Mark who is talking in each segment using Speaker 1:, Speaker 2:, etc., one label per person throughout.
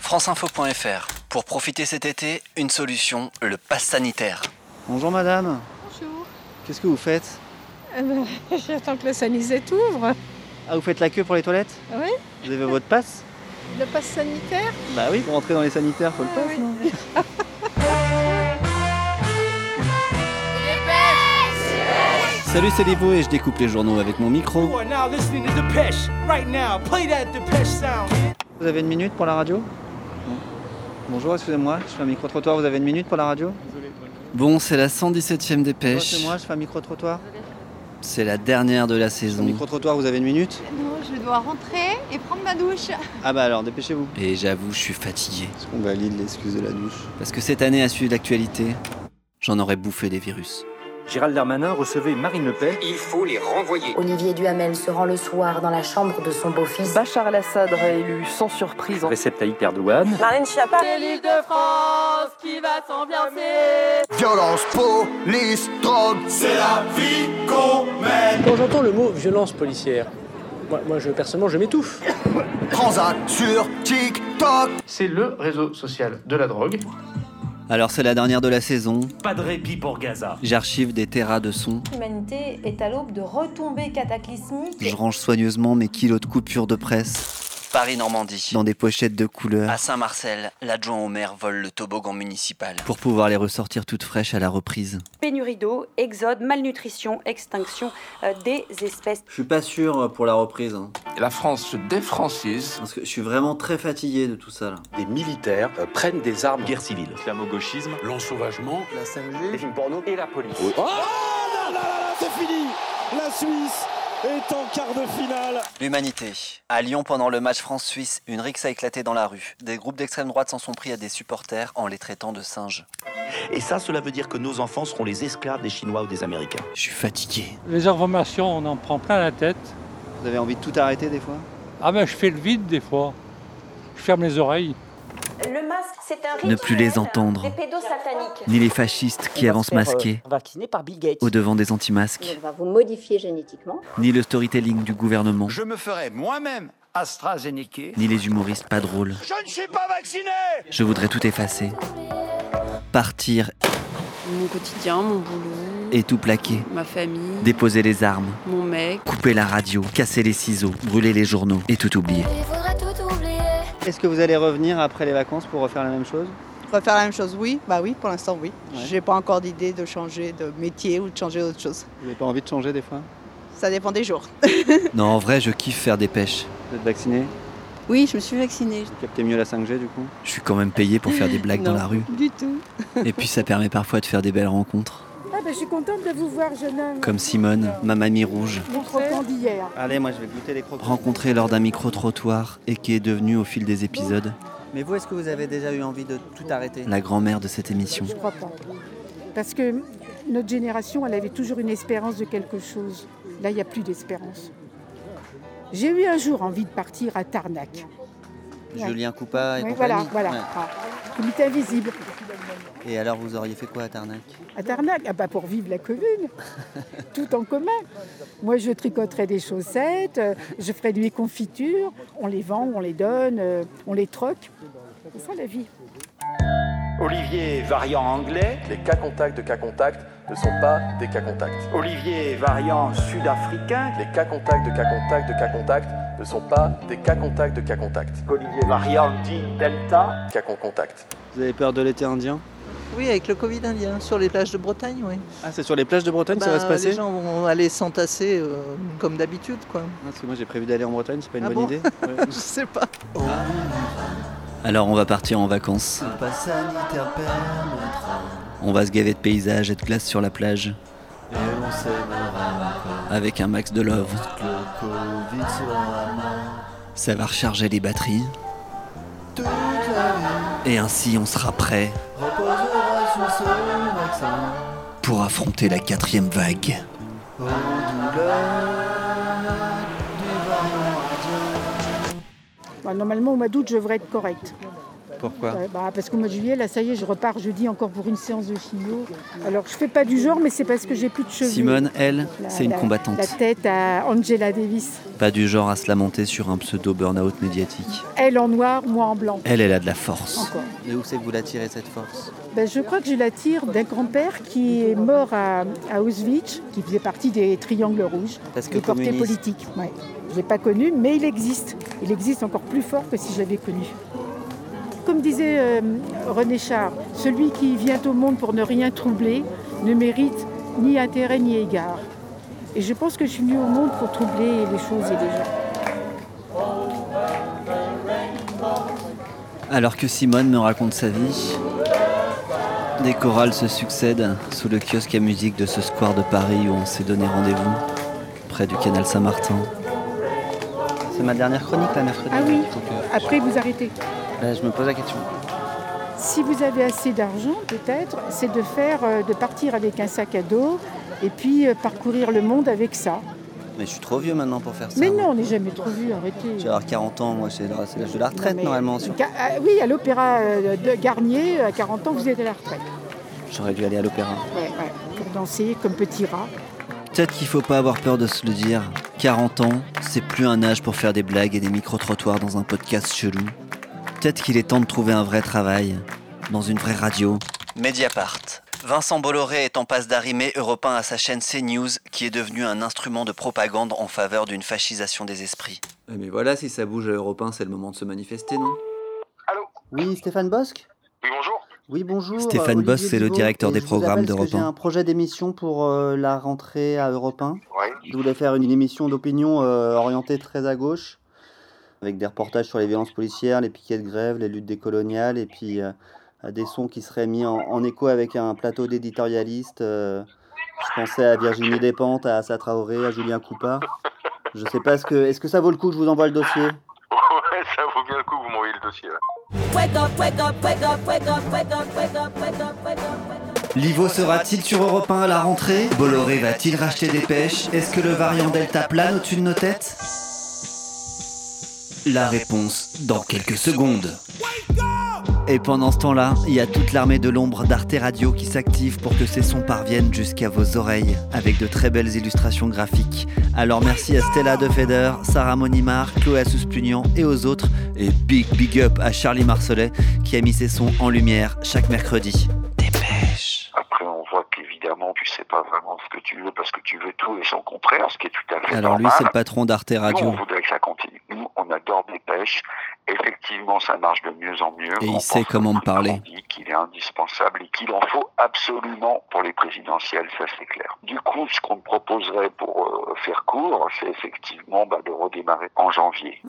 Speaker 1: Franceinfo.fr. Pour profiter cet été, une solution, le pass sanitaire. Bonjour madame,
Speaker 2: Bonjour.
Speaker 1: qu'est-ce que vous faites
Speaker 2: Eh ben, J'attends que le Sanisette ouvre.
Speaker 1: Ah, vous faites la queue pour les toilettes
Speaker 2: Oui,
Speaker 1: Vous avez votre passe
Speaker 2: le pass sanitaire. Euh,
Speaker 1: Bah oui, pour entrer dans les sanitaires, faut le passe.
Speaker 2: oui.
Speaker 1: Salut, c'est Livo et je découpe les journaux avec mon
Speaker 3: You
Speaker 1: micro.
Speaker 3: are now listening to Depeche. Right now, play that Depeche sound.
Speaker 1: Vous avez une minute pour la radio Bonjour, excusez-moi, je fais un micro-trottoir, vous avez une minute pour la radio Bon, c'est la 117ème dépêche.
Speaker 4: Moi, je fais un micro-trottoir.
Speaker 1: C'est la dernière de la saison.
Speaker 4: Micro-trottoir, vous avez une minute
Speaker 5: Non, je dois rentrer et prendre ma douche.
Speaker 4: Ah bah alors, dépêchez-vous.
Speaker 1: Et j'avoue, je suis fatigué.
Speaker 4: Est-ce qu'on valide l'excuse de la douche
Speaker 1: Parce que cette année à suivre l'actualité, j'en aurais bouffé des virus.
Speaker 6: Gérald Darmanin recevait Marine Le Pen.
Speaker 7: Il faut les renvoyer.
Speaker 8: Olivier Duhamel se rend le soir dans la chambre de son beau-fils.
Speaker 9: Bachar el-Assad réélu sans surprise.
Speaker 6: Recep Tayyip Erdogan.
Speaker 10: Quand j'entends le mot violence policière, moi, moi, je, personnellement, je m'étouffe.
Speaker 11: C'est le réseau social de la drogue.
Speaker 1: Alors c'est la dernière de la saison,
Speaker 6: Pas de répit pour Gaza.
Speaker 1: j'archive des terras de sons,
Speaker 8: L'humanité est à l'aube de retombées cataclysmiques.
Speaker 1: je range soigneusement mes kilos de coupures de presse. Paris-Normandie. Dans des pochettes de couleurs. À Saint-Marcel, l'adjoint au maire vole le toboggan municipal. Pour pouvoir les ressortir toutes fraîches à la reprise.
Speaker 8: Pénurie d'eau, exode, malnutrition, extinction euh, des espèces.
Speaker 1: Je suis pas sûr euh, pour la reprise, hein,
Speaker 11: La France se défrancise.
Speaker 1: parce que je suis vraiment très fatigué de tout ça. Là.
Speaker 7: Des militaires euh, prennent des armes.
Speaker 6: Guerre civile. Islamo-gauchisme.
Speaker 11: L'ensauvagement.
Speaker 10: La 5G,
Speaker 7: films porno.
Speaker 6: Et la police.
Speaker 11: Oh,
Speaker 1: L'humanité. À Lyon, pendant le match France-Suisse, une rixe a éclaté dans la rue. Des groupes d'extrême droite s'en sont pris à des supporters en les traitant de singes.
Speaker 7: Et ça, cela veut dire que nos enfants seront les esclaves des Chinois ou des Américains.
Speaker 1: Je suis fatigué.
Speaker 10: Les informations, on en prend plein la tête.
Speaker 4: Vous avez envie de tout arrêter des fois
Speaker 10: Ah ben, je fais le vide des fois. Je ferme les oreilles.
Speaker 8: Le masque, c'est un
Speaker 1: Ne plus les entendre.
Speaker 8: Des pédosataniques.
Speaker 1: Ni les fascistes qui avancent masqués
Speaker 9: vacciné par Bill
Speaker 6: euh,
Speaker 9: Gates.
Speaker 1: au devant des anti-masques,
Speaker 8: On va vous modifier génétiquement.
Speaker 1: ni le storytelling du gouvernement,
Speaker 3: Je me ferai moi-même AstraZeneca.
Speaker 1: ni les humoristes pas drôles.
Speaker 3: Je ne suis pas vacciné
Speaker 1: Je voudrais tout effacer, partir
Speaker 2: Mon quotidien, mon boulot,
Speaker 1: et tout plaquer,
Speaker 2: ma famille,
Speaker 1: déposer les armes,
Speaker 2: mon mec.
Speaker 1: couper la radio, casser les ciseaux, brûler les journaux et tout oublier.
Speaker 4: Est-ce que vous allez revenir après les vacances pour refaire la même chose
Speaker 2: Refaire la même chose, oui. Bah oui, pour l'instant, oui.
Speaker 4: Ouais.
Speaker 2: J'ai pas encore d'idée de changer de métier ou de changer autre chose.
Speaker 4: Vous n'avez pas envie de changer des fois
Speaker 2: Ça dépend des jours.
Speaker 1: Non, en vrai, je kiffe faire des pêches.
Speaker 4: Vous êtes vacciné
Speaker 2: Oui, je me suis vaccinée.
Speaker 4: Vous captez mieux la 5G du coup
Speaker 1: Je suis quand même payé pour faire des blagues dans
Speaker 2: Non,
Speaker 1: la rue.
Speaker 2: Du tout.
Speaker 1: Et puis ça permet parfois de faire des belles rencontres.
Speaker 2: Ah ben, je suis contente de vous voir, jeune homme.
Speaker 1: Comme Simone, ma mamie rouge,
Speaker 2: Mon croquant d'hier.
Speaker 4: Allez, moi je vais goûter les croquettes.
Speaker 1: rencontrée lors d'un micro-trottoir et qui est devenue au fil des épisodes
Speaker 4: Mais vous, est-ce que vous avez déjà eu envie de tout arrêter
Speaker 1: la grand-mère de cette émission.
Speaker 2: crois pas. Parce que notre génération, elle avait toujours une espérance de quelque chose. Là, il n'y a plus d'espérance. J'ai eu un jour envie de partir à Tarnac. Ouais.
Speaker 4: Julien Coupa et
Speaker 2: Oui,
Speaker 4: compagnie
Speaker 2: voilà, voilà.
Speaker 4: Ouais.
Speaker 2: Ah, comité invisible.
Speaker 4: Et alors, vous auriez fait quoi à Tarnac
Speaker 2: À Tarnac, ah bah, pour vivre la commune, tout en commun. Moi, je tricoterais des chaussettes, euh, je ferais des confitures, on les vend, on les donne, euh, on les troque. C'est ça la vie.
Speaker 3: Olivier, variant anglais.
Speaker 11: Les cas contacts de cas contacts ne sont pas des cas contacts.
Speaker 3: Olivier, variant sud-africain.
Speaker 11: Les cas contacts de cas contacts de cas contacts ne sont pas des cas contacts de cas contacts.
Speaker 3: Olivier, variant dit delta.
Speaker 11: Cas con- contacts.
Speaker 4: Vous avez peur de l'été indien
Speaker 10: Oui, avec le Covid indien, sur les plages de Bretagne, oui.
Speaker 4: Ah, c'est sur les plages de Bretagne que ça va se passer
Speaker 10: gens vont aller s'entasser euh, comme d'habitude, quoi.
Speaker 4: Ah, Parce que moi j'ai prévu d'aller en Bretagne, c'est pas une
Speaker 10: Ah
Speaker 4: bonne
Speaker 10: bon
Speaker 4: idée Ouais.
Speaker 10: Je sais pas.
Speaker 1: Alors on va partir en vacances. On va se gaver de paysages et de glace sur la plage. Avec un max de love. Ça va recharger les batteries. Et ainsi on sera prêt pour affronter la quatrième vague.
Speaker 2: Bah, normalement, au mois d'août, je devrais être correcte.
Speaker 1: Pourquoi
Speaker 2: Ouais, bah, Parce qu'au mois de juillet, là, ça y est, je repars jeudi encore pour une séance de chimio. Alors, je fais pas du genre, mais c'est parce que j'ai plus de cheveux.
Speaker 1: Simone, elle,
Speaker 2: La-
Speaker 1: c'est une
Speaker 2: la-
Speaker 1: combattante.
Speaker 2: La tête à Angela Davis.
Speaker 1: Pas du genre à se lamenter sur un pseudo burn-out médiatique.
Speaker 2: Elle en noir, moi en blanc.
Speaker 1: Elle, elle a de la force.
Speaker 2: Encore.
Speaker 1: De où c'est que vous la tirez cette force
Speaker 2: Ben, je crois que je la tire d'un grand-père qui est mort à, à Auschwitz, qui faisait partie des triangles rouges,
Speaker 1: Parce que
Speaker 2: des portées
Speaker 1: communiste.
Speaker 2: politiques. Ouais. Je ne l'ai pas connu, mais il existe. Il existe encore plus fort que si je l'avais connu. Comme disait euh, René Char, celui qui vient au monde pour ne rien troubler ne mérite ni intérêt ni égard. Et je pense que je suis venue au monde pour troubler les choses et les gens.
Speaker 1: Alors que Simone me raconte sa vie, des chorales se succèdent sous le kiosque à musique de ce square de Paris où on s'est donné rendez-vous, près du canal Saint-Martin.
Speaker 4: C'est ma dernière chronique, la mercredi.
Speaker 2: Ah oui,
Speaker 4: Donc, euh,
Speaker 2: après vous arrêtez.
Speaker 4: bah, je me pose la question.
Speaker 2: Si vous avez assez d'argent, peut-être, c'est de faire, euh, de partir avec un sac à dos et puis euh, parcourir le monde avec ça.
Speaker 1: Mais je suis trop vieux maintenant pour faire ça.
Speaker 2: Mais
Speaker 1: moi.
Speaker 2: non, on n'est jamais trop vu, arrêtez.
Speaker 1: Je vais avoir 40 ans, moi, c'est c'est l'âge de la retraite
Speaker 2: Non, mais-
Speaker 1: normalement. sur-
Speaker 2: Ga- ah, oui, à l'opéra euh, de Garnier, à 40 ans, vous êtes à la retraite.
Speaker 1: J'aurais dû aller à l'opéra.
Speaker 2: Ouais, ouais, pour danser comme petit rat.
Speaker 1: Peut-être qu'il faut pas avoir peur de se le dire. 40 ans, c'est plus un âge pour faire des blagues et des micro-trottoirs dans un podcast chelou. Peut-être qu'il est temps de trouver un vrai travail, dans une vraie radio. Mediapart. Vincent Bolloré est en passe d'arrimer Europe 1 à sa chaîne CNews, qui est devenue un instrument de propagande en faveur d'une fascisation des esprits. Eh, Mais voilà, si ça bouge à Europe 1, c'est le moment de se manifester, non
Speaker 4: Oui, Stéphane Bosque
Speaker 11: Oui, bonjour.
Speaker 4: Oui, bonjour.
Speaker 1: Stéphane
Speaker 4: euh,
Speaker 1: Bos,
Speaker 4: Olivier
Speaker 1: c'est le
Speaker 4: Dubos.
Speaker 1: directeur
Speaker 4: Et
Speaker 1: des
Speaker 4: je vous
Speaker 1: programmes
Speaker 4: appelle parce
Speaker 1: d'Europe
Speaker 4: que J'ai
Speaker 1: 1.
Speaker 4: un projet d'émission pour euh, la rentrée à Europe 1.
Speaker 11: Ouais.
Speaker 4: Je voulais faire une émission d'opinion euh, orientée très à gauche, avec des reportages sur les violences policières, les piquets de grève, les luttes décoloniales, et puis euh, des sons qui seraient mis en, en écho avec un plateau d'éditorialistes. euh, je pensais à Virginie Despentes, à Assa Traoré, à Julien Coupa. Je sais pas, est-ce que, est-ce que ça vaut le coup que je vous envoie le dossier
Speaker 11: ouais, ça vaut bien le coup, vous m'envoyez le dossier là.
Speaker 1: Livo sera-t-il sur Europe 1 à la rentrée Bolloré va-t-il racheter des pêches Est-ce que le variant Delta plane au-dessus de nos têtes La réponse dans quelques secondes. Et pendant ce temps-là, il y a toute l'armée de l'ombre d'Arte Radio qui s'active pour que ces sons parviennent jusqu'à vos oreilles, avec de très belles illustrations graphiques. Alors merci à Stella Defeder, Sarah Monimar, Chloé Assus-Plugnan et aux autres, et big big up à Charlie Marcelet qui a mis ses sons en lumière chaque mercredi. Dépêche
Speaker 11: Après, on voit qu'évidemment, tu sais pas vraiment ce que tu veux parce que tu veux tout et son contraire, ce qui est tout à fait
Speaker 1: Alors lui,
Speaker 11: normal.
Speaker 1: c'est le patron d'Arte
Speaker 11: Nous, on
Speaker 1: Radio.
Speaker 11: voudrait que ça continue. Nous, on adore des pêches. Effectivement, ça marche de mieux en mieux.
Speaker 1: Et il
Speaker 11: On
Speaker 1: sait
Speaker 11: pense
Speaker 1: comment me parler.
Speaker 11: qu'on dit qu'il est indispensable et qu'il en faut absolument pour les présidentielles, ça c'est clair. Du coup, ce qu'on me proposerait pour euh, faire court, c'est effectivement bah, de redémarrer en janvier.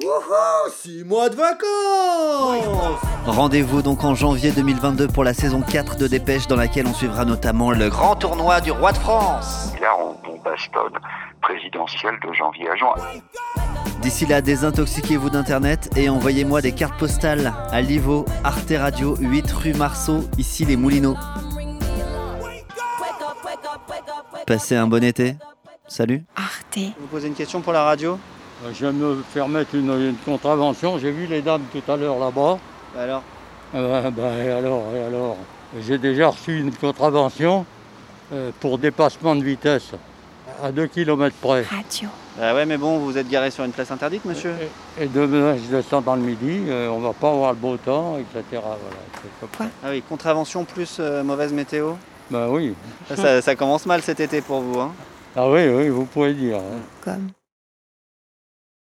Speaker 1: Rendez-vous donc en janvier 2022 pour la saison 4 de Dépêche dans laquelle on suivra notamment le grand tournoi du roi de France.
Speaker 11: Et là, on, on bastonne présidentielle de janvier à juin.
Speaker 1: D'ici là, désintoxiquez-vous d'Internet et envoyez-moi des cartes postales à Livo, Arte Radio, 8 rue Marceau, ici les Moulineaux. Passez un bon été. Salut
Speaker 5: Arte.
Speaker 4: Vous posez une question pour la radio
Speaker 10: Euh, Je vais me faire mettre une, une contravention. J'ai vu les dames tout à l'heure là-bas.
Speaker 4: Bah, Alors,
Speaker 10: Euh, ben, et alors, et alors J'ai déjà reçu une contravention euh, pour dépassement de vitesse à 2 km près.
Speaker 5: Radio.
Speaker 4: bah ouais, mais bon, vous êtes garé sur une place interdite, monsieur.
Speaker 10: Et, et demain, je descends dans le midi, euh, on va pas avoir le beau temps, etc. Voilà, c'est comme ça.
Speaker 4: Ah oui, contravention plus euh, mauvaise météo.
Speaker 10: Ben oui.
Speaker 4: Ça, ça commence mal cet été pour vous. Hein.
Speaker 10: Ah oui, oui, vous pouvez dire. hein.
Speaker 5: Comme.